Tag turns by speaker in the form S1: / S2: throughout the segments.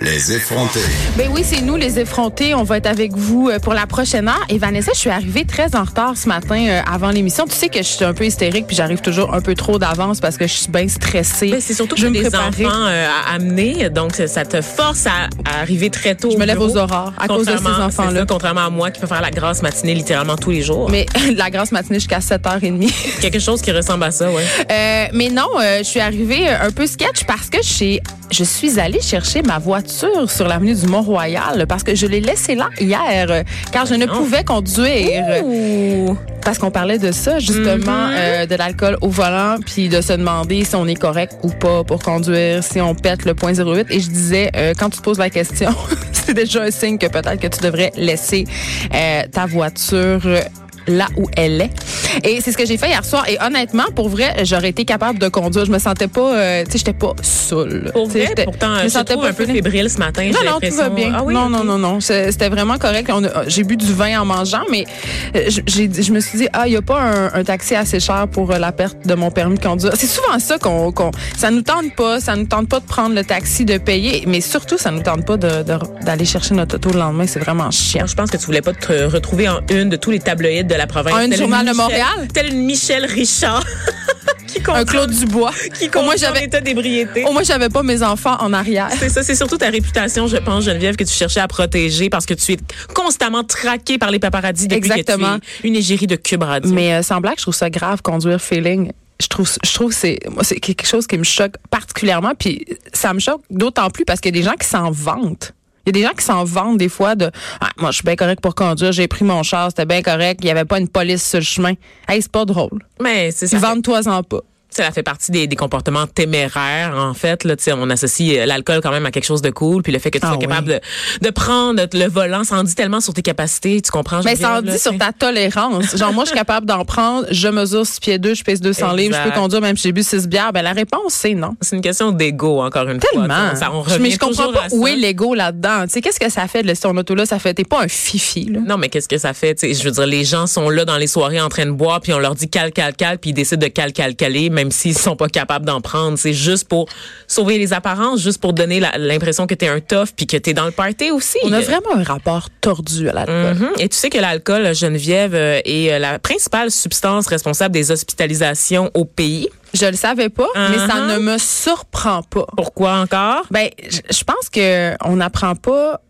S1: Les effrontés.
S2: Ben oui, c'est nous les effrontés. On va être avec vous euh, pour la prochaine heure. Et Vanessa, je suis arrivée très en retard ce matin euh, avant l'émission. Tu sais que je suis un peu hystérique puis j'arrive toujours un peu trop d'avance parce que je suis bien stressée.
S3: Ben, c'est surtout je que des enfants euh, à amener, donc ça te force à, à arriver très tôt.
S2: Je
S3: au
S2: me lève
S3: bureau,
S2: aux aurores à cause de ces enfants-là.
S3: Contrairement à moi qui peut faire la grasse matinée littéralement tous les jours.
S2: Mais la grasse matinée jusqu'à 7h30.
S3: Quelque chose qui ressemble à ça, ouais.
S2: Euh, mais non, je suis arrivée euh, un peu sketch parce que chez je suis allée chercher ma voiture sur l'avenue du Mont-Royal parce que je l'ai laissée là hier euh, car je ne pouvais conduire.
S3: Ben Ouh.
S2: Parce qu'on parlait de ça, justement, mm
S3: Mhm.
S2: -hmm. euh, de l'alcool au volant, puis de se demander si on est correct ou pas pour conduire, si on pète le point 08. Et je disais, euh, quand tu te poses la question, c'est déjà un signe que peut-être que tu devrais laisser euh, ta voiture là où elle est. Et c'est ce que j'ai fait hier soir. Et honnêtement, pour vrai, j'aurais été capable de conduire. Je me sentais pas, euh, tu sais, j'étais pas saoule.
S3: Pour vrai, pourtant, je me sentais pas un peu fébrile ce matin.
S2: Non, non, tout va bien. Ah oui, non, okay. non, non, non, C'était vraiment correct. euh, J'ai bu du vin en mangeant, mais je me suis dit, ah, il n'y a pas un, un, taxi assez cher pour euh, la perte de mon permis de conduire. C'est souvent ça qu'on, qu ça nous tente pas, ça nous tente pas de prendre le taxi, de payer, mais surtout, ça nous tente pas d'aller chercher notre auto le lendemain. C'est vraiment chiant. Moi,
S3: je pense que tu voulais pas te retrouver en une de tous les tabloïdes de de la province.
S2: Un journal de Montréal?
S3: Tel une Michel Richard.
S2: qui un Claude Dubois.
S3: Qui au moins j'avais état d'ébriété.
S2: Au moins j'avais pas mes enfants en arrière.
S3: C'est ça, c'est surtout ta réputation, je pense, Geneviève, que tu cherchais à protéger parce que tu es constamment traquée par les paparazzis depuis
S2: Exactement.
S3: que tu es une égérie de Cube Radio.
S2: Mais euh, sans blague, je trouve ça grave conduire feeling je trouve je trouve c'est c'est quelque chose qui me choque particulièrement puis ça me choque d'autant plus parce qu'il y a des gens qui s'en vantent il y a des gens qui s'en vantent des fois de ah, moi je suis bien correct pour conduire, j'ai pris mon char, c'était bien correct, il y avait pas une police sur le chemin. Hey, c'est pas drôle.
S3: Mais Ah, c'est ça.
S2: Vende-toi en pas.
S3: Ça fait partie des, des, comportements téméraires, en fait. Là, on associe euh, l'alcool quand même à quelque chose de cool. Puis le fait que tu ah sois oui. capable de, de, prendre le volant, ça en dit tellement sur tes capacités. Tu comprends?
S2: Mais ça en dit sur ta tolérance. Genre, moi, je suis capable d'en prendre. Je mesure 6 pieds 2, je pèse 200 exact. livres, je peux conduire même si j'ai bu 6 bières. Ben, la réponse, c'est non.
S3: C'est une question d'ego, encore une
S2: tellement.
S3: fois. Tellement. Bah, Ça, on revient
S2: mais je comprends
S3: toujours
S2: pas où est l'ego là-dedans. Qu'est-ce que ça fait de laisser ton auto là? Ça fait, t'es pas un fifi. Là.
S3: Non, mais qu'est-ce que ça fait? Je veux dire, les gens sont là dans les soirées en train de boire, puis on leur dit cal, cal, cal, puis ils décident de cal, cal, caler, même s'ils sont pas capables d'en prendre. C'est juste pour sauver les apparences, juste pour donner l'impression que tu es un tough puis que tu es dans le party aussi.
S2: On a vraiment un rapport tordu à l'alcool.
S3: Mm -hmm. Et tu sais que l'alcool, Geneviève, euh, est la principale substance responsable des hospitalisations au pays.
S2: Je le savais pas, uh -huh. mais ça
S3: Uh-huh.
S2: ne me surprend pas.
S3: Pourquoi encore?
S2: Ben, je pense que on n'apprend pas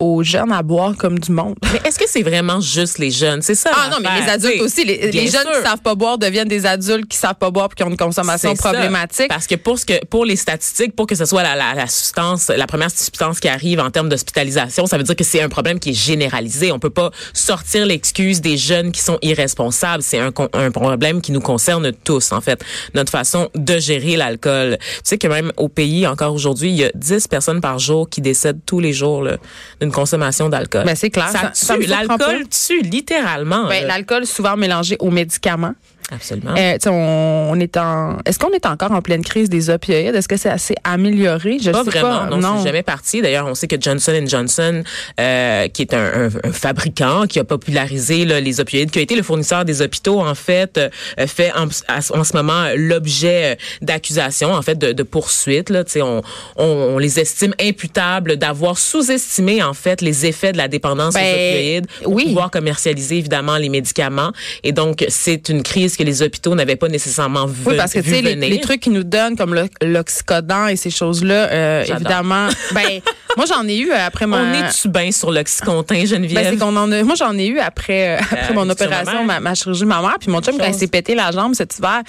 S2: aux jeunes à boire comme du monde.
S3: Mais est-ce que c'est vraiment juste les jeunes? C'est ça.
S2: Ah non, mais les adultes aussi. Les, les jeunes qui qui savent pas boire deviennent des adultes qui savent pas boire puis qui ont une consommation problématique. Ça.
S3: Parce que pour ce que, pour les statistiques, pour que ce soit la, la, la substance, la première substance qui arrive en termes d'hospitalisation, ça veut dire que c'est un problème qui est généralisé. On peut pas sortir l'excuse des jeunes qui sont irresponsables. C'est un, un problème qui nous concerne tous, en fait. Notre façon de gérer l'alcool. Tu sais que même au pays, encore aujourd'hui, il y a 10 personnes par jour qui décèdent tous les jours, là d'une consommation d'alcool.
S2: Mais ben c'est clair.
S3: Ça, ça tue. L'alcool tue littéralement.
S2: Ben, l'alcool souvent mélangé aux médicaments.
S3: Absolument.
S2: Euh, on, on, est en. Est-ce qu'on est encore en pleine crise des opioïdes Est-ce que c'est assez amélioré Je
S3: Pas
S2: sais
S3: vraiment.
S2: Pas.
S3: Non, non. c'est jamais parti. D'ailleurs, on sait que Johnson Johnson, euh, qui est un, un, un, fabricant qui a popularisé là, les opioïdes, qui a été le fournisseur des hôpitaux, en fait, euh, fait en, en, ce moment l'objet euh, d'accusations, en fait, de, de poursuites. Là, on, on, on, les estime imputables d'avoir sous-estimé, en fait, les effets de la dépendance ben, aux opioïdes pour
S2: oui.
S3: pouvoir commercialiser évidemment les médicaments. Et donc, c'est une crise que les hôpitaux n'avaient pas nécessairement vu.
S2: Oui, parce que tu sais, les, les, trucs qu'ils nous donnent, comme l'oxycodone et ces choses-là, euh, évidemment. ben, moi, j'en ai eu euh, après mon.
S3: On est-tu bien sur l'oxycontin, Geneviève?
S2: Ben, c'est qu'on en a. Moi, j'en ai eu après, euh, après euh, mon opération, ma, ma, chirurgie mammaire. Puis mon chum, quand il s'est pété la jambe cet hiver,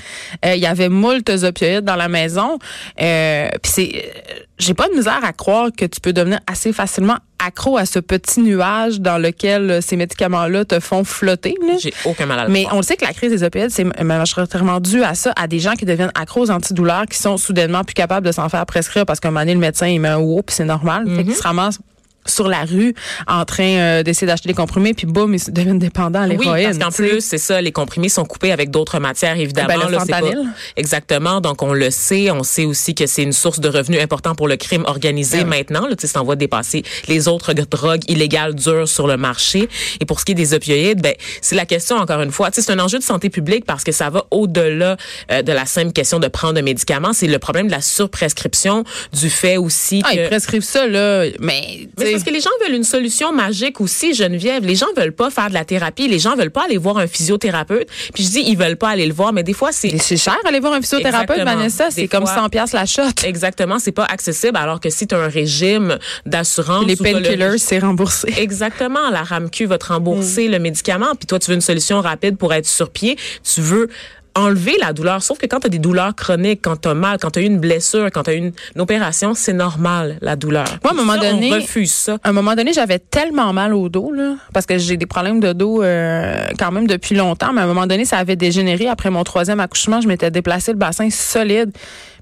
S2: euh, il y avait moult opioïdes dans la maison. Euh, puis c'est. J'ai pas de misère à croire que tu peux devenir assez facilement accro à ce petit nuage dans lequel euh, ces médicaments-là te font flotter.
S3: J'ai aucun mal à
S2: Mais on le sait que la crise des opioïdes, c'est majoritairement dû à ça, à des gens qui deviennent accros aux antidouleurs,
S3: Mm-hmm.
S2: qui sont soudainement plus capables de s'en faire prescrire parce qu'à un moment donné, le médecin, il met un haut, puis c'est normal. Mm -hmm. Fait qu'ils se ramassent sur la rue en train euh, d'essayer d'acheter des comprimés, puis boum, ils se deviennent dépendants à
S3: Oui,
S2: l'héroïne.
S3: parce qu'en
S2: tu sais.
S3: plus, c'est ça, les comprimés sont coupés avec d'autres matières, évidemment.
S2: Ben, le
S3: c'est pas-
S2: fentanyl.
S3: Exactement. Donc, on le sait. On sait aussi que c'est une source de revenus important pour le crime organisé
S2: Ah oui.
S3: maintenant. Là, tu sais, ça en va dépasser les autres g- drogues illégales dures sur le marché. Et pour ce qui est des opioïdes, ben, c'est la question, encore une fois. Tu sais, c'est un enjeu de santé publique parce que ça va au-delà euh, de la simple question de prendre un médicament. C'est le problème de la surprescription, du fait aussi
S2: Ah,
S3: que...
S2: ils prescrivent ça, là. Mais,
S3: euh, Mais c'est parce que les gens veulent une solution magique aussi, Geneviève. Les gens veulent pas faire de la thérapie. Les gens veulent pas aller voir un physiothérapeute. Puis je dis, ils veulent pas aller le voir, mais des fois, c'est...
S2: Et c'est cher aller voir un physiothérapeute,
S3: Exactement.
S2: Vanessa.
S3: Des
S2: C'est comme 100
S3: fois-
S2: pièces la shot.
S3: Exactement, c'est pas accessible, alors que si tu as un régime d'assurance...
S2: Les
S3: ou t'as le-
S2: painkillers, Mm. c'est remboursé.
S3: Exactement, la RAMQ va te rembourser le médicament, puis toi, tu veux une solution rapide pour être sur pied. Tu veux enlever la douleur. Sauf que quand tu as des douleurs chroniques, quand tu as mal, quand tu as eu une blessure, quand tu as eu une, une opération, c'est normal, la douleur.
S2: Moi, à un moment
S3: Ça,
S2: donné-
S3: On refuse ça.
S2: À un moment donné, j'avais tellement mal au dos, là, parce que j'ai des problèmes de dos euh, quand même depuis longtemps, mais à un moment donné, ça avait dégénéré. Après mon troisième accouchement, je m'étais déplacé le bassin solide.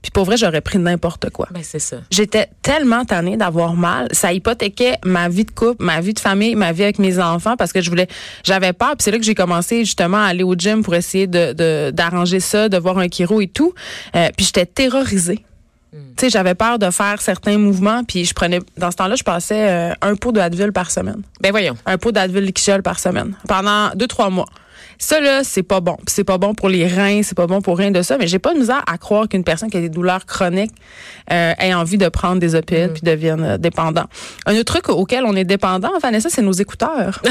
S2: Puis pour vrai, j'aurais pris n'importe quoi.
S3: Ben, c'est ça.
S2: J'étais tellement tannée d'avoir mal, ça hypothéquait ma vie de couple, ma vie de famille, ma vie avec mes enfants parce que je voulais, j'avais peur. Puis c'est là que j'ai commencé justement à aller au gym pour essayer de de- d'arranger ça, de voir un chiro et tout. Euh, puis j'étais terrorisée. Tu sais, j'avais peur de faire certains mouvements. Puis je prenais, dans ce temps-là, je passais euh, un pot de Advil par semaine
S3: Ben voyons.
S2: un pot d'Advil Lixiol par semaine pendant deux trois mois. Ça là, c'est pas bon. Puis C'est pas bon pour les reins, c'est pas bon pour rien de ça. Mais j'ai pas de misère à croire qu'une personne qui a des douleurs chroniques euh, ait envie de prendre des opioïdes puis devienne euh, dépendant. Un autre truc auquel on est dépendant, Vanessa, c'est nos écouteurs.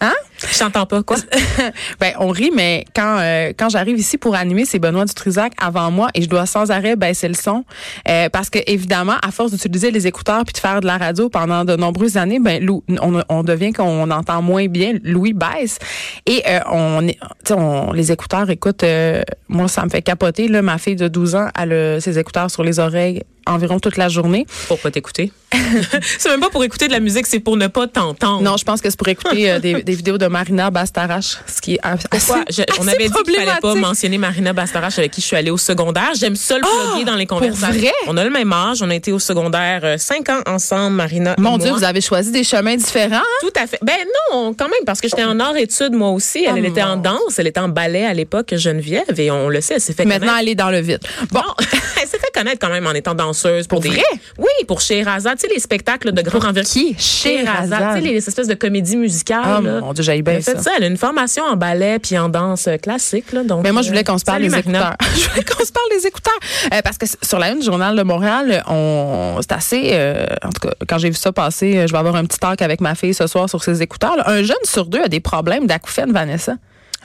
S2: hein?
S3: Je t'entends pas, quoi?
S2: ben, on rit, mais quand euh, quand j'arrive ici pour animer, c'est Benoît Dutrisac avant moi et je dois sans arrêt baisser le son Euh, parce que évidemment, à force d'utiliser les écouteurs puis de faire de la radio pendant de nombreuses années, ben Lou- on, on devient qu'on entend moins bien. Louis baisse et euh, on, est- tu sais, on les écouteurs. Écoute, euh, moi ça me fait capoter là. Ma fille de 12 ans a le, ses écouteurs sur les oreilles environ toute la journée.
S3: Pour pas t'écouter. c'est même pas pour écouter de la musique, c'est pour ne pas t'entendre.
S2: Non, je pense que c'est pour écouter euh, des, des vidéos de Marina Bastarache, ce qui est assez,
S3: Pourquoi? Je- on
S2: assez
S3: avait dit qu'il fallait pas
S2: problématique.
S3: mentionner Marina Bastarache avec qui je suis allée au secondaire. J'aime ça le plugger dans les conversations.
S2: Ah! vrai?
S3: On a le même âge. On a été au secondaire euh, cinq ans ensemble, Marina. et
S2: Mon Dieu,
S3: moi.
S2: vous avez choisi des chemins différents. hein?
S3: Tout à fait. Ben non, quand même, parce que j'étais en art études, moi aussi.
S2: Ah,
S3: Elle, elle était en danse, elle était en ballet à l'époque, Geneviève, et on le sait, elle s'est fait
S2: Maintenant, aller dans le vide. Bon,
S3: Bon, elle s'est fait connaître quand même en étant danseuse pour,
S2: Pour
S3: des-
S2: vrai?
S3: Oui, pour Sherazade, tu sais les spectacles de grand renversement.
S2: qui?
S3: Sherazade, tu sais les espèces de comédies musicales.
S2: Ah,
S3: là.
S2: mon Dieu, j'aille bien
S3: Elle a fait
S2: ça.
S3: Elle a une formation en ballet puis en danse euh, classique là, donc.
S2: Mais moi, je
S3: euh,
S2: voulais qu'on se parle
S3: salut,
S2: des
S3: Magna.
S2: écouteurs. je voulais qu'on se parle des écouteurs. Euh, parce que s- sur la une du Journal de Montréal, on, c'est assez, euh, en tout cas, quand j'ai vu ça passer, euh, je vais avoir un petit talk avec ma fille ce soir sur ses écouteurs. là. Un jeune sur deux a des problèmes d'acouphènes, Vanessa.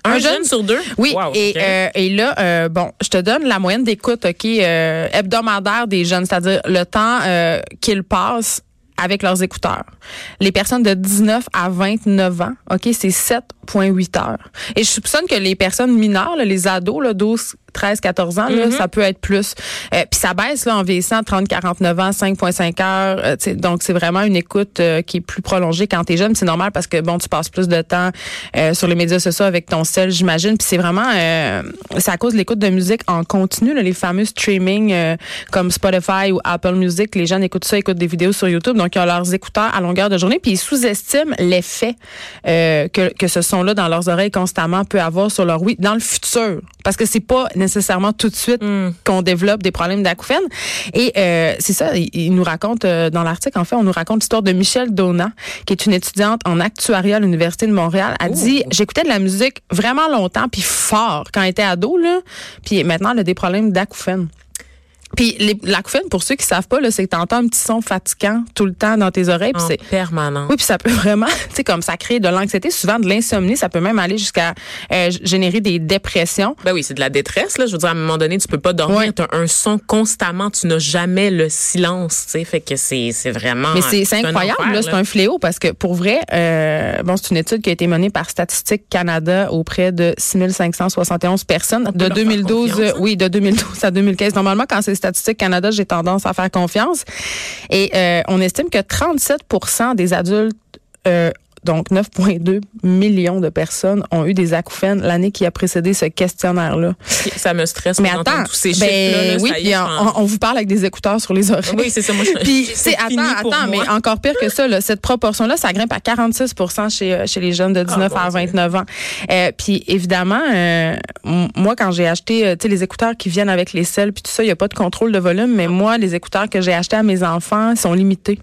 S3: Un jeune sur deux?
S2: Oui.
S3: Wow,
S2: et,
S3: ok.
S2: euh, et là, euh, bon, je te donne la moyenne d'écoute, OK, euh, hebdomadaire des jeunes, c'est-à-dire le temps euh, qu'ils passent avec leurs écouteurs. Les personnes de 19 à 29 ans, OK, c'est 7,8 heures. Et je soupçonne que les personnes mineures, là, les ados, là, 12, 13, 14 ans,
S3: Mm-hmm.
S2: là, ça peut être plus. Euh, Puis ça baisse là, en vieillissant, 30, 49 ans, 5,5 heures. euh, tu sais, donc, c'est vraiment une écoute euh, qui est plus prolongée quand tu es jeune. C'est normal parce que, bon, tu passes plus de temps euh, sur les médias sociaux avec ton sel, j'imagine. Puis c'est vraiment, euh, c'est à cause de l'écoute de musique en continu, là, les fameux streaming euh, comme Spotify ou Apple Music. Les jeunes écoutent ça, écoutent des vidéos sur YouTube. Donc, ils ont leurs écouteurs à longueur de journée. Puis ils sous-estiment l'effet euh, que, que ce son-là dans leurs oreilles constamment peut avoir sur leur oui dans le futur. Parce que c'est pas nécessairement tout de suite qu'on développe des problèmes d'acouphènes. Et euh, c'est ça, il, il nous raconte euh, dans l'article, en fait, on nous raconte l'histoire de Michelle Donat, qui est une étudiante en actuariat à l'Université de Montréal. Elle dit, j'écoutais de la musique vraiment longtemps, puis fort, quand elle était ado, là. Puis maintenant, elle a des problèmes d'acouphènes. Puis les- l'acouphène, pour ceux qui savent pas, là, c'est que t'entends un petit son fatigant tout le temps dans tes oreilles. puis
S3: En
S2: c'est
S3: permanent.
S2: oui, puis ça peut vraiment, tu sais, comme ça crée de l'anxiété, souvent de l'insomnie, ça peut même aller jusqu'à euh, g- générer des dépressions.
S3: Ben oui, c'est de la détresse là. Je veux dire, à un moment donné, tu peux pas dormir.
S2: Ouais.
S3: T'as un son constamment. Tu n'as jamais le silence. Tu sais, fait que c'est Ah c'est vraiment.
S2: Mais c'est- c'est
S3: un
S2: incroyable,
S3: enfer,
S2: là, c'est un fléau parce que pour vrai, euh, bon, c'est une étude qui a été menée par Statistique Canada auprès de 6571 personnes de
S3: leur faire
S2: 2012,
S3: confiance, hein?
S2: euh, oui, de 2012 à 2015. Normalement, quand c'est Statistique Canada, j'ai tendance à faire confiance. Et euh, on estime que 37 des adultes euh, donc 9,2 millions de personnes ont eu des acouphènes l'année qui a précédé ce questionnaire-là.
S3: Ça me stresse.
S2: Mais
S3: quand
S2: attends,
S3: j'entends tous ces chiffres-là,
S2: ben,
S3: là,
S2: oui,
S3: ça y est,
S2: puis
S3: je pense-
S2: on, on vous parle avec des écouteurs sur les oreilles.
S3: Oui, c'est ça, moi, je-
S2: Puis,
S3: c'est
S2: tu sais,
S3: fini
S2: attends,
S3: pour
S2: attends, mais
S3: moi.
S2: encore pire que ça, là, cette proportion-là, ça grimpe à 46 chez, euh, chez les jeunes de 19
S3: Ah, mon
S2: à
S3: Dieu.
S2: 29 ans. Euh, puis, évidemment, euh, m- moi, quand j'ai acheté, euh, tu sais, les écouteurs qui viennent avec les selles, puis tout ça, il n'y a pas de contrôle de volume, mais moi, les écouteurs que j'ai achetés à mes enfants sont limités.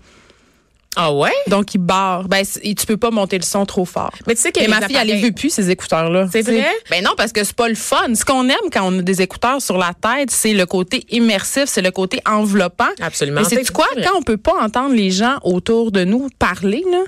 S3: Ah ouais?
S2: Donc, ils barrent. Ben, c- tu peux pas monter le son trop fort.
S3: Mais tu sais que
S2: Mais
S3: les
S2: ma fille, elle
S3: appareils-
S2: les veut plus, ces écouteurs-là.
S3: C'est
S2: Tu sais.
S3: vrai?
S2: Ben non, parce que c'est pas le fun. Ce qu'on aime quand on a des écouteurs sur la tête, c'est le côté immersif, c'est le côté enveloppant.
S3: Absolument.
S2: Mais c'est
S3: C'est
S2: quoi?
S3: vrai.
S2: Quand on peut pas entendre les gens autour de nous parler, là,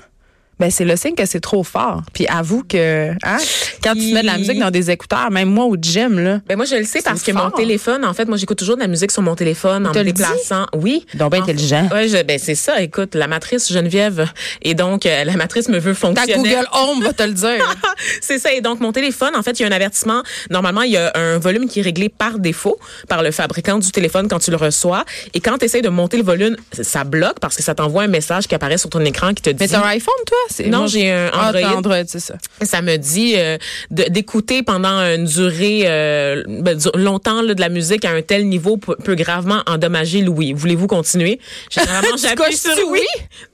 S2: ben c'est le signe que c'est trop fort. Puis avoue que hein, quand tu mets de la
S3: Hi.
S2: musique dans des écouteurs, même moi au gym, là,
S3: Ben moi je le sais parce que mon
S2: fort.
S3: téléphone, en fait, moi j'écoute toujours de la musique sur mon téléphone en
S2: te
S3: me
S2: le dit?
S3: déplaçant. Oui.
S2: Donc, ben
S3: En-
S2: intelligent.
S3: Ouais, je- ben c'est ça. Écoute, la matrice Geneviève et donc euh, la matrice me veut
S2: ta
S3: fonctionner.
S2: Google Home va te le dire.
S3: c'est ça. Et donc, mon téléphone, en fait, il y a un avertissement. Normalement, il y a un volume qui est réglé par défaut par le fabricant du téléphone quand tu le reçois. Et quand tu essaies de monter le volume, ça bloque parce que ça t'envoie un message qui apparaît sur ton écran qui te dit...
S2: Mais t'as un iPhone, toi? C'est-
S3: Non,
S2: moi,
S3: j'ai un
S2: Ah, t'as
S3: Android.
S2: Android, c'est ça.
S3: Ça me dit euh, de- d'écouter pendant une durée euh, ben, du- longtemps là, de la musique à un tel niveau peut, peut gravement endommager l'ouïe. Voulez-vous continuer? Généralement, Ah, j'appuie
S2: coches
S3: sur
S2: sur
S3: oui.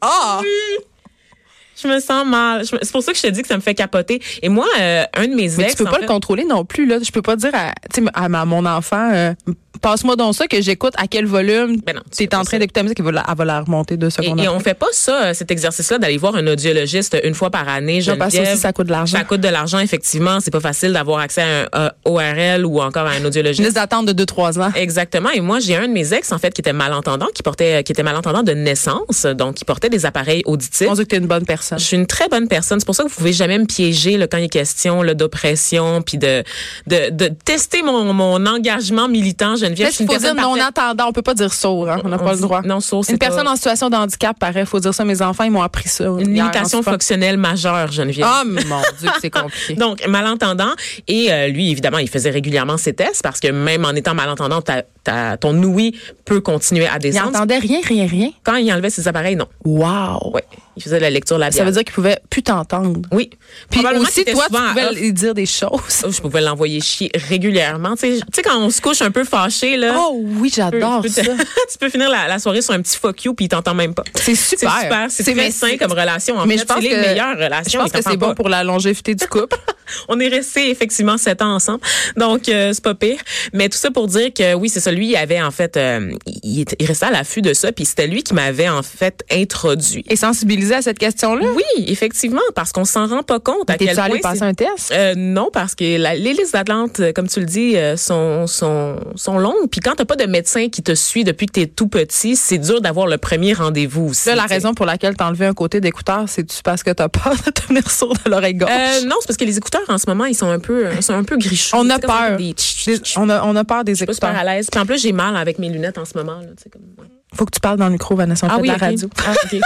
S2: Ah!
S3: Je me sens mal. Je me- C'est pour ça que je te dis que ça me fait capoter. Et moi, euh, un de mes
S2: Mais
S3: ex,
S2: tu peux
S3: en
S2: pas
S3: fait-
S2: le contrôler non plus là. Je peux pas dire à, tu sais, à ma- mon enfant, euh, passe-moi donc ça que j'écoute à quel volume.
S3: Ben non, tu
S2: t'es
S3: fais pas
S2: en
S3: ça.
S2: train d'écouter la musique, elle va la, elle va la remonter deux
S3: Et,
S2: secondes.
S3: et
S2: après.
S3: on fait pas ça, euh, cet exercice-là, d'aller voir un audiologiste une fois par année.
S2: Non, parce que
S3: Geneviève.
S2: aussi, ça coûte de l'argent.
S3: Ça coûte de l'argent, effectivement. C'est pas facile d'avoir accès à un euh, ORL ou encore à un
S2: Une
S3: audiologiste.
S2: liste d'attente de 2-3 ans.
S3: Exactement. Et moi, j'ai un de mes ex, en fait, qui était malentendant, qui portait, qui était malentendant de naissance, donc qui portait des appareils auditifs.
S2: On dit que t'es une bonne personne.
S3: Je suis une très bonne personne. C'est pour ça que vous pouvez jamais me piéger là, quand il est question là, d'oppression, puis de, de, de tester mon, mon engagement militant, Geneviève. Je
S2: Peut-être
S3: suis une
S2: qu'il faut dire
S3: personne
S2: non
S3: parfaite.
S2: entendant. On peut pas dire sourd. hein. On n'a
S3: On
S2: pas le
S3: dit-
S2: droit.
S3: non, sourd, c'est
S2: Une personne
S3: pas-
S2: en situation de handicap, pareil. Faut dire ça. Mes enfants, ils m'ont appris ça.
S3: Une limitation
S2: fonctionnelle.
S3: fonctionnelle majeure, Geneviève.
S2: Ah, mon Dieu, que c'est compliqué.
S3: Donc, malentendant. Et euh, lui, évidemment, il faisait régulièrement ses tests parce que même en étant malentendant, ta, ta- ton ouïe peut continuer à
S2: Ils
S3: descendre.
S2: n'entendaient rien, rien, rien.
S3: Quand il enlevait ses appareils, non.
S2: Wow.
S3: Ouais, il faisait de la lecture labiale.
S2: Ça veut dire qu'ils pouvaient plus t'entendre.
S3: oui.
S2: Puis
S3: Probablement qu'il
S2: aussi,
S3: était
S2: toi, tu
S3: souvent à
S2: pouvais
S3: off.
S2: lui dire des choses.
S3: je pouvais l'envoyer chier régulièrement. Tu sais, tu sais, quand on se couche un peu fâché, là.
S2: Oh oui,
S3: tu Hein? peux-
S2: j'adore
S3: tu peux
S2: ça.
S3: te- tu peux finir la, la soirée sur un petit fuck you puis il t'entend même pas.
S2: C'est super.
S3: C'est super. C'est
S2: mais
S3: très sain comme relation. En
S2: mais
S3: fait,
S2: je pense
S3: c'est les
S2: que-
S3: meilleures relations.
S2: Je pense
S3: mais
S2: que
S3: t'entends
S2: c'est
S3: pas.
S2: bon pour la longévité du couple.
S3: On est restés effectivement sept ans ensemble, donc euh, c'est pas pire. Mais tout ça pour dire que oui, c'est ça. Lui, il avait en fait, euh, il, était- il restait à l'affût de ça, puis c'était lui qui m'avait en fait introduit.
S2: Et sensibiliser à cette question-là.
S3: Oui, effectivement, parce qu'on s'en rend pas compte à quel
S2: T'es-tu allé
S3: point.
S2: passer
S3: c'est-
S2: un test?
S3: Euh, non, parce que la, les listes d'attente, euh, comme tu le dis, euh, sont, sont, sont longues. Puis quand t'as pas de médecin qui te suit depuis que t'es tout petit, c'est dur d'avoir le premier rendez-vous aussi.
S2: Là, la
S3: tu sais.
S2: raison pour laquelle t'as enlevé un côté d'écouteur, c'est-tu parce que t'as peur de devenir sourd de l'oreille gauche?
S3: Euh, non, c'est parce que les écouteurs en ce moment, ils sont un peu, ils sont un peu grichous.
S2: On a
S3: Tu sais, quand ça fait
S2: peur.
S3: des tch, tch,
S2: Des-
S3: tch,
S2: on, a, on a peur des
S3: Je suis pas super
S2: écouteurs.
S3: à l'aise. Puis en plus, j'ai mal avec mes lunettes en ce moment. Là, tu sais, comme...
S2: Faut que tu parles dans le micro, Vanessa, on fait de la
S3: ok.
S2: radio.
S3: Ah, ok.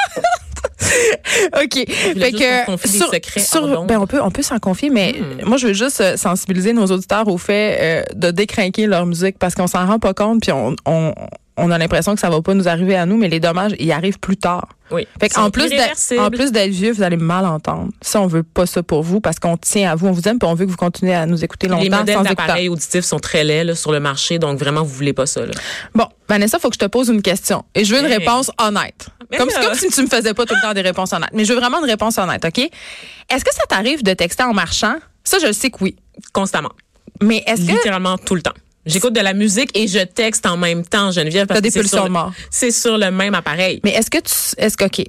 S2: OK. Fait
S3: juste qu'on
S2: que euh,
S3: confie des secrets hors d'onde.
S2: ben, on peut on peut s'en confier mais
S3: Hmm.
S2: moi je veux juste euh, sensibiliser nos auditeurs au fait euh, de décrinquer leur musique parce qu'on s'en rend pas compte puis on, on on a l'impression que ça va pas nous arriver à nous mais les dommages ils arrivent plus tard.
S3: Oui.
S2: Fait
S3: Ils
S2: qu'en
S3: sont
S2: plus d'être
S3: irréversibles.
S2: en plus d'être vieux, vous allez mal entendre. Ça on veut pas ça pour vous parce qu'on tient à vous, on vous aime puis on veut que vous continuez à nous écouter
S3: Les
S2: longtemps
S3: modèles
S2: sans écouter.
S3: d'appareils auditifs sont très laids là, sur le marché, donc vraiment, vous voulez pas ça. Là.
S2: Bon, Vanessa, faut que je te pose une question. Et je veux une
S3: Hey.
S2: réponse honnête.
S3: Mais
S2: Comme,
S3: là.
S2: comme si tu me faisais pas tout le temps des réponses honnêtes. Mais je veux vraiment une réponse honnête, OK? Est-ce que ça t'arrive de texter en marchant? Ça, je le sais que oui.
S3: Constamment.
S2: Mais est-ce que.
S3: Littéralement tout le temps. J'écoute de la musique et je texte en même temps, Geneviève. parce
S2: T'as des
S3: que c'est
S2: pulsions
S3: sur le-
S2: de mort.
S3: C'est sur le même appareil.
S2: Mais est-ce que tu. Est-ce que. OK.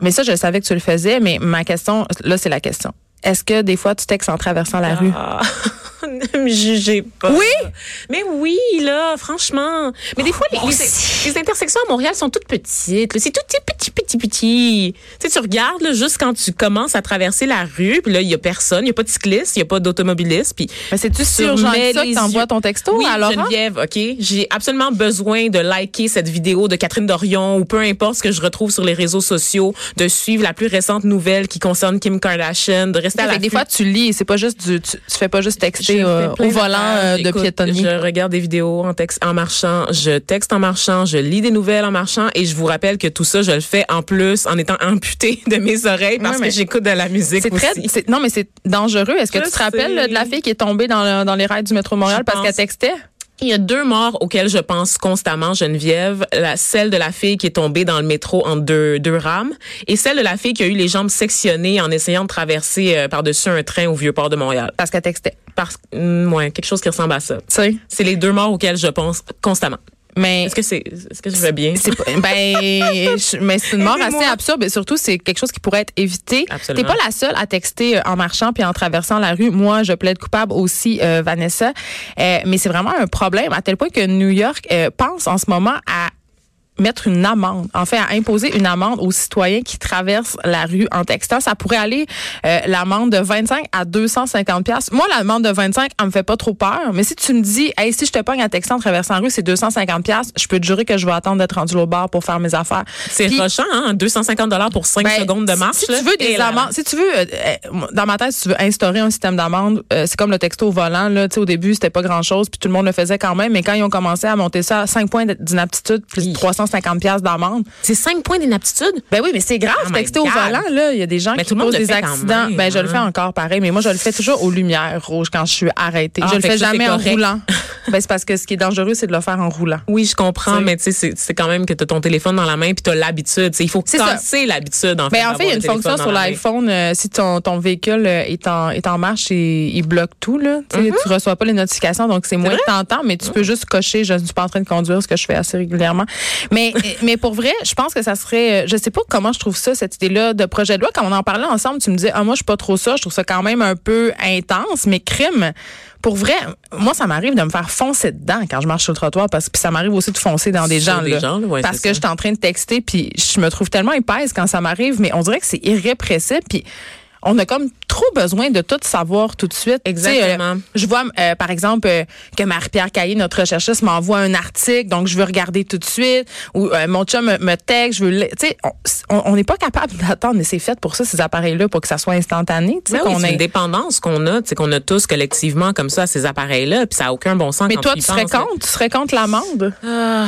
S2: Mais ça, je savais que tu le faisais, mais ma question. Là, c'est la question. Est-ce que des fois, tu textes en traversant la rue?
S3: Ah, ne me jugez pas.
S2: Oui? Oh,
S3: Mais oui, là, franchement. Mais des fois, les, les- les intersections à Montréal sont toutes petites. là. C'est tout petit, petit, petit, petit. Tu sais, tu regardes là, juste quand tu commences à traverser la rue, puis là, il y a personne, il y a pas de cycliste, il y a pas d'automobiliste, puis...
S2: Mais c'est-tu
S3: tu
S2: sur genre
S3: remets
S2: ça
S3: les
S2: que t'envoies
S3: yeux-
S2: ton texto hein?
S3: oui,
S2: à Laurent?
S3: Geneviève, OK? J'ai absolument besoin de liker cette vidéo de Catherine Dorion ou peu importe ce que je retrouve sur les réseaux sociaux, de suivre la plus récente nouvelle qui concerne Kim Kardashian, de rester à
S2: Fait
S3: la
S2: que des fois, tu lis, c'est pas juste du, tu, tu fais pas juste texter.
S3: J'ai
S2: marcher
S3: fait
S2: euh,
S3: plein
S2: au volant
S3: d'affaires.
S2: euh, de
S3: Écoute,
S2: piétonnier.
S3: Je regarde des vidéos en texte en marchant, je texte en marchant, je lis des nouvelles en marchant et je vous rappelle que tout ça, je le fais en plus en étant amputée de mes oreilles parce
S2: Ouais, mais
S3: que j'écoute de la musique
S2: C'est très,
S3: aussi.
S2: c'est- non mais c'est dangereux. Est-ce que
S3: Je
S2: tu te
S3: sais.
S2: rappelles là, de la fille qui est tombée dans, le- dans les rails du métro Montréal
S3: Je
S2: parce qu'elle
S3: pense.
S2: textait
S3: Il y a deux morts auxquelles je pense constamment, Geneviève. La, celle de la fille qui est tombée dans le métro en deux, deux rames et celle de la fille qui a eu les jambes sectionnées en essayant de traverser euh, par-dessus un train au Vieux-Port de Montréal.
S2: parce qu'elle textait.
S3: Parce, hum, ouais, quelque chose qui ressemble à ça.
S2: Tu sais,
S3: C'est les deux morts auxquelles je pense constamment.
S2: mais
S3: Est-ce que c'est, est-ce que je vais bien?
S2: C'est pas- ben, je- mais c'est une mort assez absurde. Et surtout, c'est quelque chose qui pourrait être évité.
S3: Absolument.
S2: T'es pas la seule à texter euh, en marchant puis en traversant la rue. Moi, je plaide coupable aussi, euh, Vanessa. Euh, mais c'est vraiment un problème à tel point que New York euh, pense en ce moment à mettre une amende, en fait, à imposer une amende aux citoyens qui traversent la rue en textant. Ça pourrait aller euh, l'amende de 25 à 250 pièces. Moi, l'amende de 25, elle me fait pas trop peur. Mais si tu me dis, hey, si je te pogne en textant en traversant la rue, c'est 250 pièces, je peux te jurer que je vais attendre d'être rendu au bar pour faire mes affaires.
S3: C'est
S2: Puis-
S3: rochant, hein? 250 dollars pour 5
S2: ben,
S3: secondes de
S2: si-
S3: marche.
S2: Si,
S3: là.
S2: tu veux des
S3: Et là,
S2: amendes, si tu veux, euh, euh, dans ma tête, si tu veux instaurer un système d'amende, euh, c'est comme le texto au volant. Là, Tu sais, au début, c'était pas grand-chose, puis tout le monde le faisait quand même. Mais quand ils ont commencé à monter ça à 5 points d'inaptitude, plus
S3: Hi.
S2: 350 pièces d'amende,
S3: C'est 5 points d'inaptitude?
S2: Ben oui, mais c'est grave,
S3: Oh my
S2: texter au
S3: God.
S2: volant, là. Il y a des gens
S3: Mais
S2: qui
S3: tout le monde
S2: posent
S3: le
S2: des
S3: fait quand
S2: accidents.
S3: même,
S2: ben, je le
S3: hein.
S2: fais encore pareil, mais moi, je le fais toujours aux lumières rouges quand je suis arrêtée.
S3: Ah,
S2: je le
S3: fait
S2: fais
S3: que ça, c'est
S2: jamais en
S3: correct.
S2: roulant. ben, c'est parce que ce qui est dangereux, c'est de le faire en roulant.
S3: Oui, je comprends,
S2: Tu sais.
S3: mais tu sais, c'est- c'est quand même que tu as ton téléphone dans la main puis tu as l'habitude. Tu sais, Il faut
S2: C'est ça.
S3: casser l'habitude, en fait.
S2: Ben, en fait, il y a une
S3: d'avoir le
S2: fonction
S3: téléphone
S2: sur
S3: dans la main.
S2: l'iPhone. euh, si ton, ton véhicule euh, est en, est en marche, et, il bloque tout, là. Tu sais,
S3: Mm-hmm.
S2: Tu reçois pas les notifications, donc c'est moins que t'entends, mais
S3: Mm.
S2: tu peux juste cocher je ne suis pas en train de conduire, ce que je fais assez régulièrement. Mais, euh, mais pour vrai, je pense que ça serait, euh, je sais pas comment je trouve ça, cette idée-là de projet de loi. Quand on en parlait ensemble, tu me dis, ah, moi, je suis pas trop ça, je trouve ça quand même un peu intense, mais crime. Pour vrai, moi, ça m'arrive de me faire foncer dedans quand je marche sur le trottoir, parce que ça m'arrive aussi de foncer dans des
S3: Sur
S2: gens.
S3: des
S2: là,
S3: gens, là, ouais,
S2: parce
S3: c'est
S2: que
S3: ça.
S2: je suis en train de texter, puis je me trouve tellement épaisse quand ça m'arrive, mais on dirait que c'est irrépressible, puis on a comme trop besoin de tout savoir tout de suite. Tu sais,
S3: Exactement.
S2: euh, je vois, euh, par exemple, euh, que Marie-Pierre Caillé, notre recherchiste, m'envoie un article, donc je veux regarder tout de suite, ou euh, mon chum me, me texte, je veux... le- Tu sais, on- on n'est pas capable d'attendre, mais c'est fait pour ça, ces appareils-là, pour que ça soit instantané, tu sais,
S3: Ben oui,
S2: qu'on
S3: c'est
S2: ait-
S3: une dépendance qu'on a, tu sais, qu'on a tous collectivement comme ça à ces appareils-là, puis ça a aucun bon sens.
S2: Mais
S3: quand
S2: toi,
S3: y
S2: tu serais
S3: penses, là.
S2: contre? Tu serais contre l'amende?
S3: Ah,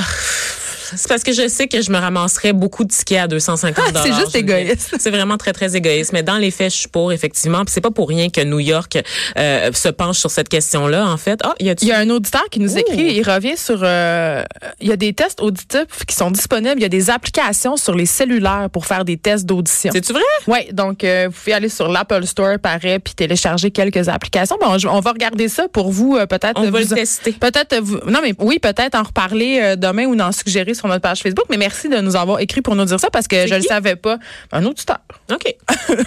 S3: C'est parce que je sais que je me ramasserais beaucoup de tickets à 250
S2: Ah, c'est juste
S3: je me dis.
S2: égoïste.
S3: C'est vraiment très très égoïste, mais dans les faits, je suis pour effectivement, puis c'est pas pour rien que New York euh, se penche sur cette question-là en fait. Ah, il y a
S2: Il y a un auditeur qui nous écrit, il revient sur... euh, il y a des tests auditifs qui sont disponibles, il y a des applications sur les cellulaires pour faire des tests d'audition.
S3: C'est-tu vrai
S2: Oui, donc euh, vous pouvez aller sur l'Apple Store, paraît, puis télécharger quelques applications. Bon, on, on va regarder ça pour vous, euh, peut-être.
S3: On va
S2: vous-
S3: le tester.
S2: Peut-être, euh, vous- non mais oui, peut-être en reparler euh, demain ou en suggérer sur notre page Facebook. Mais merci de nous avoir écrit pour nous dire ça parce que je ne le
S3: qui?
S2: savais pas. Un auditeur.
S3: OK.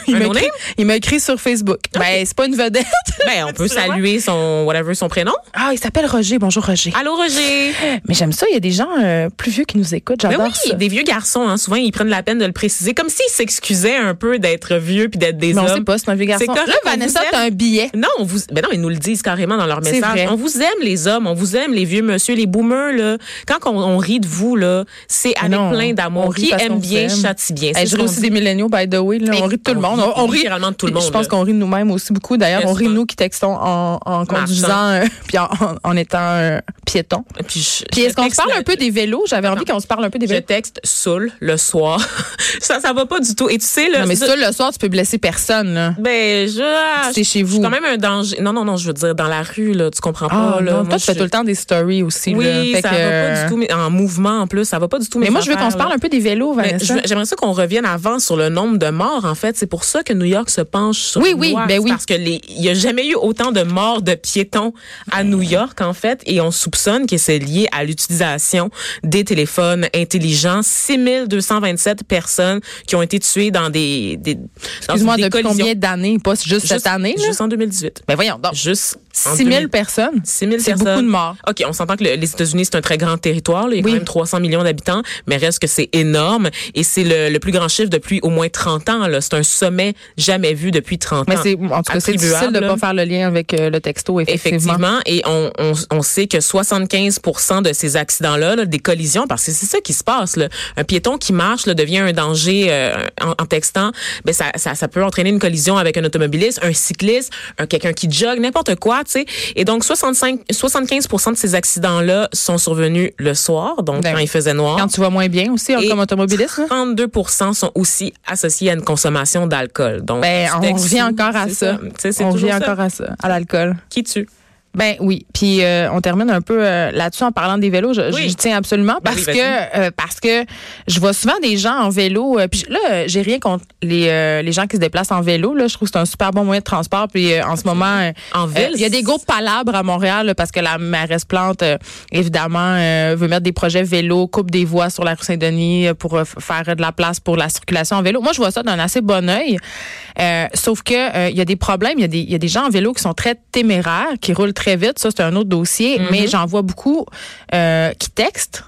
S2: Il
S3: Un
S2: m'a
S3: no-name?
S2: écrit, il m'a écrit sur Facebook. Ben, c'est pas une vedette.
S3: Ben, on peut saluer son whatever son prénom.
S2: Ah, il s'appelle Roger. Bonjour Roger.
S3: Allô Roger.
S2: Mais j'aime ça, il y a des gens euh, plus vieux qui nous écoutent.
S3: Ben
S2: J'adore
S3: oui,
S2: ça.
S3: des vieux garçons hein, souvent ils prennent la peine de le préciser comme s'ils s'excusaient un peu d'être vieux puis d'être des
S2: Mais on sait
S3: hommes.
S2: pas, c'est un vieux garçon.
S3: correct,
S2: Là,
S3: on vous
S2: Vanessa,
S3: aime.
S2: t'as un billet.
S3: Non, on vous, ben non, ils nous le disent carrément dans leur
S2: C'est
S3: message.
S2: vrai.
S3: On vous aime les hommes, on vous aime les vieux monsieur, les boomers là. Quand on, on rit de vous là, c'est avec
S2: Non,
S3: plein
S2: on
S3: d'amour.
S2: rit
S3: Qui
S2: parce qu'on
S3: aime bien
S2: s'aime.
S3: châtie bien.
S2: Hey,
S3: C'est
S2: je
S3: ce
S2: ris
S3: qu'on
S2: aussi
S3: dit.
S2: des milléniaux, by the way. là. on
S3: Et
S2: rit de tout le
S3: on
S2: monde.
S3: rit
S2: On, on rit
S3: littéralement de tout le
S2: Je
S3: monde,
S2: pense
S3: là.
S2: qu'on rit de nous-mêmes aussi beaucoup. D'ailleurs, on rit de
S3: Quasiment.
S2: nous qui textons en, en conduisant euh, puis en, en- en étant euh, piéton.
S3: Puis, je-
S2: Puis
S3: je
S2: est-ce qu'on se
S3: texte
S2: parle
S3: le-
S2: un peu des vélos? J'avais envie qu'on se parle un peu des
S3: Je
S2: vélos.
S3: texte saoul le soir. ça ça va pas du tout. Et tu sais le
S2: Non, mais ça, le soir, tu peux blesser personne. là.
S3: ben je
S2: C'est chez
S3: je suis
S2: vous.
S3: quand même un danger. Non non non, je veux dire dans la rue là, tu comprends
S2: Ah,
S3: pas là.
S2: non.
S3: Moi,
S2: Toi, tu
S3: je-
S2: fais tout le temps des stories aussi. là.
S3: Oui,
S2: Fait
S3: ça
S2: que, euh,
S3: va pas du tout mais en mouvement en plus, ça va pas du tout
S2: Mais
S3: mes
S2: moi, je veux qu'on
S3: affaires,
S2: se
S3: là.
S2: parle un peu des vélos,
S3: Mais
S2: Vanessa.
S3: je- J'aimerais ça qu'on revienne avant sur le nombre de morts, en fait. C'est pour ça que New York se penche sur
S2: Oui,
S3: une
S2: oui,
S3: loi.
S2: ben
S3: C'est
S2: oui.
S3: Parce que les, il y a jamais eu autant de morts de piétons à New York, en fait. Et on soupçonne que c'est lié à l'utilisation des téléphones intelligents. 6227 personnes qui ont été tuées dans des, des dans
S2: Excuse-moi,
S3: des
S2: depuis
S3: collisions.
S2: combien d'années? Pas juste
S3: Juste-
S2: cette année. là?
S3: Juste en 2018.
S2: Mais voyons donc.
S3: Juste en
S2: 6 000 personnes.
S3: 6 000
S2: C'est
S3: personnes.
S2: beaucoup de morts.
S3: OK, on s'entend que le- les États-Unis, c'est un très grand territoire. là. Il y a
S2: Oui.
S3: quand même 300 millions d'habitants, mais reste que c'est énorme et c'est le, le plus grand chiffre depuis au moins 30 ans. là. C'est un sommet jamais vu depuis 30
S2: Mais
S3: ans.
S2: c'est, en tout cas, c'est difficile de
S3: Ah. Attribuable,
S2: pas faire le lien avec euh, le texto, effectivement.
S3: Effectivement, et on, on, on sait que 75% de ces accidents-là, là, des collisions, parce que c'est ça qui se passe. Là. Un piéton qui marche là, devient un danger euh, en, en textant, ben ça, ça, ça peut entraîner une collision avec un automobiliste, un cycliste, un quelqu'un qui jogue, n'importe quoi, tu sais. Et donc 65, 75% de ces accidents-là sont survenus le soir, donc
S2: Ben
S3: quand
S2: oui.
S3: il faisait noir.
S2: Quand tu vas moins bien aussi, hein,
S3: Et
S2: comme automobiliste. hein?
S3: 32 sont aussi associés à une consommation d'alcool. Donc,
S2: Ben,
S3: tu
S2: on
S3: t'excuses,
S2: revient encore à
S3: c'est
S2: ça.
S3: Tu sais, C'est
S2: On
S3: toujours
S2: revient
S3: ça.
S2: encore à ça, à l'alcool.
S3: Qui tue?
S2: Ben oui, puis euh, on termine un peu euh, là-dessus en parlant des vélos. Je, je-
S3: Oui.
S2: je tiens absolument
S3: Ben
S2: parce
S3: oui, vas-y.
S2: que euh, parce que je vois souvent des gens en vélo. euh, puis je- là, euh, j'ai rien contre les euh, les gens qui se déplacent en vélo. Là, je trouve que c'est un super bon moyen de transport. Puis euh, en ce moment, euh,
S3: En
S2: euh,
S3: ville,
S2: il y a des
S3: c'est-
S2: gros palabres à Montréal là, parce que la mairesse Plante, euh, évidemment, euh, veut mettre des projets vélo, coupe des voies sur la rue Saint-Denis euh, pour euh, f- faire euh, de la place pour la circulation en vélo. Moi, je vois ça d'un assez bon œil. Euh, sauf que euh, il y a des problèmes. Il y, a des- il y a des gens en vélo qui sont très téméraires, qui roulent très vite. Ça, c'est un autre dossier.
S3: Mm-hmm.
S2: Mais j'en vois beaucoup euh, qui textent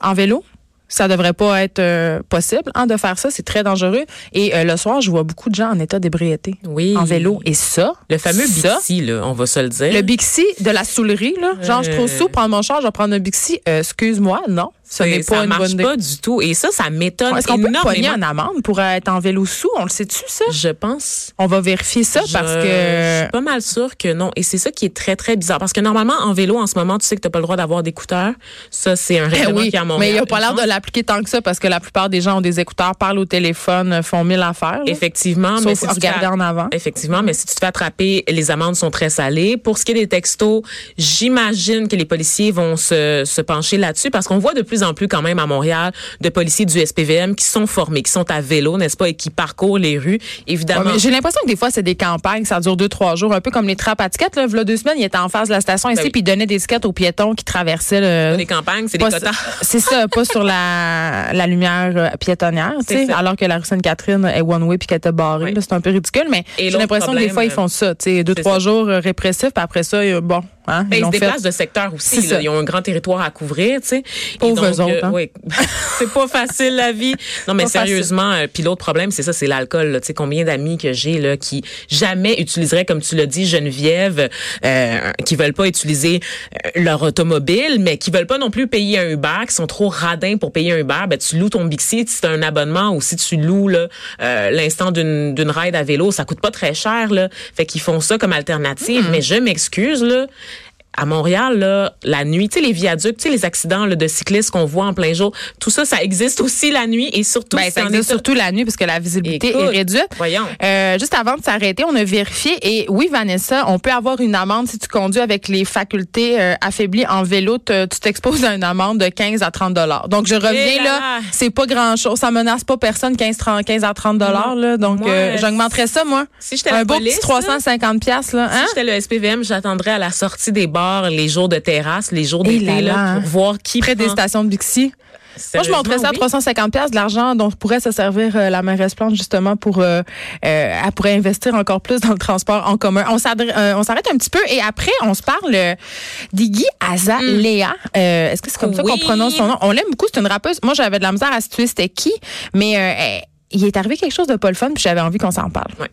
S2: en vélo. Ça devrait pas être euh, possible hein, de faire ça. C'est très dangereux. Et euh, le soir, je vois beaucoup de gens en état d'ébriété
S3: Oui.
S2: en vélo. Et ça,
S3: Le fameux
S2: ça,
S3: Bixi, hein? Euh. là, on va se le dire.
S2: le Bixi de la soulerie, là. Genre, je suis trop sous, prendre mon char, je vais prendre un Bixi. Euh, excuse-moi, non. Ce
S3: Et
S2: n'est
S3: ça
S2: pas une
S3: marche
S2: bonne idée.
S3: pas du tout. Et ça, ça m'étonne
S2: Est-ce qu'on peut te pogner
S3: énormément.
S2: en amende pour euh, être en vélo sous? On le sait-tu, ça?
S3: Je pense.
S2: On va vérifier ça parce
S3: Je- Je
S2: que.
S3: suis pas mal sûre que non. Et c'est ça qui est très, très bizarre. Parce que normalement, en vélo, en ce moment, tu sais que t'as pas le droit d'avoir d'écouteurs. Ça, c'est un
S2: Eh
S3: règlement
S2: oui,
S3: qui est à
S2: mais
S3: Montréal.
S2: il n'y a pas
S3: je
S2: l'air
S3: pense.
S2: de l'appliquer tant que ça parce que la plupart des gens ont des écouteurs, parlent au téléphone, euh, font mille affaires. là.
S3: Effectivement,
S2: Sauf
S3: mais si tu te fais-
S2: regarder en avant.
S3: Effectivement, mais si tu te fais attraper, les amendes sont très salées. Pour ce qui est des textos, j'imagine que les policiers vont se, se pencher là-dessus parce qu'on voit de plus en plus quand même à Montréal de policiers du SPVM qui sont formés, qui sont à vélo, n'est-ce pas, et qui parcourent les rues.
S2: Ouais,
S3: Évidemment,
S2: mais J'ai l'impression que des fois, c'est des campagnes, ça dure deux, trois jours, un peu comme les trappes à tickets. Là, v'là deux semaines, il était en face de la station ici,
S3: Ben oui.
S2: puis il donnait des tickets aux piétons qui traversaient le.
S3: les campagnes, c'est des
S2: pas-
S3: cotards.
S2: C'est ça, pas sur la, la lumière euh, piétonnière, tu sais,
S3: C'est ça.
S2: alors que la rue Sainte-Catherine est one-way puis qu'elle était barrée.
S3: Oui.
S2: là, C'est un peu ridicule, mais j'ai
S3: Et l'autre
S2: l'impression que des
S3: problème, euh,
S2: fois, ils font ça, tu sais, deux,
S3: c'est
S2: trois
S3: ça.
S2: jours euh, répressifs, puis après ça, euh, bon, hein, ils
S3: Ben, ils se
S2: l'ont fait.
S3: déplacent de secteur aussi.
S2: C'est
S3: là.
S2: ça.
S3: Ils ont un grand territoire à couvrir, tu sais. Et
S2: Pauvres
S3: donc,
S2: eux autres, hein.
S3: oui. c'est pas facile la vie. Non, mais
S2: Pas facile.
S3: sérieusement, euh, puis l'autre problème, c'est ça, c'est l'alcool. là. Tu sais combien d'amis que j'ai là qui jamais utiliseraient, comme tu l'as dit, Geneviève, euh, qui veulent pas utiliser euh, leur automobile, mais qui veulent pas non plus payer un Uber, qui sont trop radins pour payer un Uber. Ben tu loues ton Bixi, si c'est un abonnement, ou si tu loues là, euh, l'instant d'une d'une ride à vélo, ça coûte pas très cher là. Fait qu'ils font ça comme alternative. Mais je m'excuse là à Montréal, là, la nuit, tu sais, les viaducs, tu sais, les accidents là, de cyclistes qu'on voit en plein jour, tout ça, ça existe aussi la nuit et surtout,
S2: Ben,
S3: si
S2: ça
S3: t'en
S2: existe
S3: es-
S2: surtout la nuit parce que la visibilité
S3: Écoute,
S2: est réduite.
S3: voyons.
S2: Euh, juste avant de s'arrêter, on a vérifié et oui, Vanessa, on peut avoir une amende si tu conduis avec les facultés euh, affaiblies en vélo. Te- tu t'exposes à une amende de 15 à 30 dollars. Donc je
S3: Eh
S2: reviens
S3: là là.
S2: là, c'est pas grand chose, ça menace pas personne 15, 30, 15 à 30 dollars là. Donc
S3: Moi,
S2: euh,
S3: euh,
S2: j'augmenterais ça moi.
S3: si j'étais la
S2: un beau
S3: police,
S2: petit 350 piastres, là, hein?
S3: Si j'étais le SPVM, j'attendrais à la sortie des bars, les jours de terrasse, les jours
S2: Eh
S3: d'été,
S2: là
S3: là,
S2: là, hein.
S3: pour voir qui
S2: Près des
S3: prend-
S2: stations de Bixi. Moi, je montrais ça à
S3: Sérieusement, oui.
S2: 350 pièces de l'argent dont pourrait se servir euh, la mairesse Plante justement pour euh, euh, elle pourrait investir encore plus dans le transport en commun. On s'adre- euh, on s'arrête un petit peu et après on se parle euh, d'Iggy Azalea. Euh, Est-ce que c'est comme ça qu'on
S3: Mm. Oui.
S2: prononce son nom On l'aime beaucoup, c'est une rappeuse. Moi, j'avais de la misère à situer c'était qui, mais euh, euh, il est arrivé quelque chose de pas le fun, puis j'avais envie qu'on s'en parle.
S3: Ouais.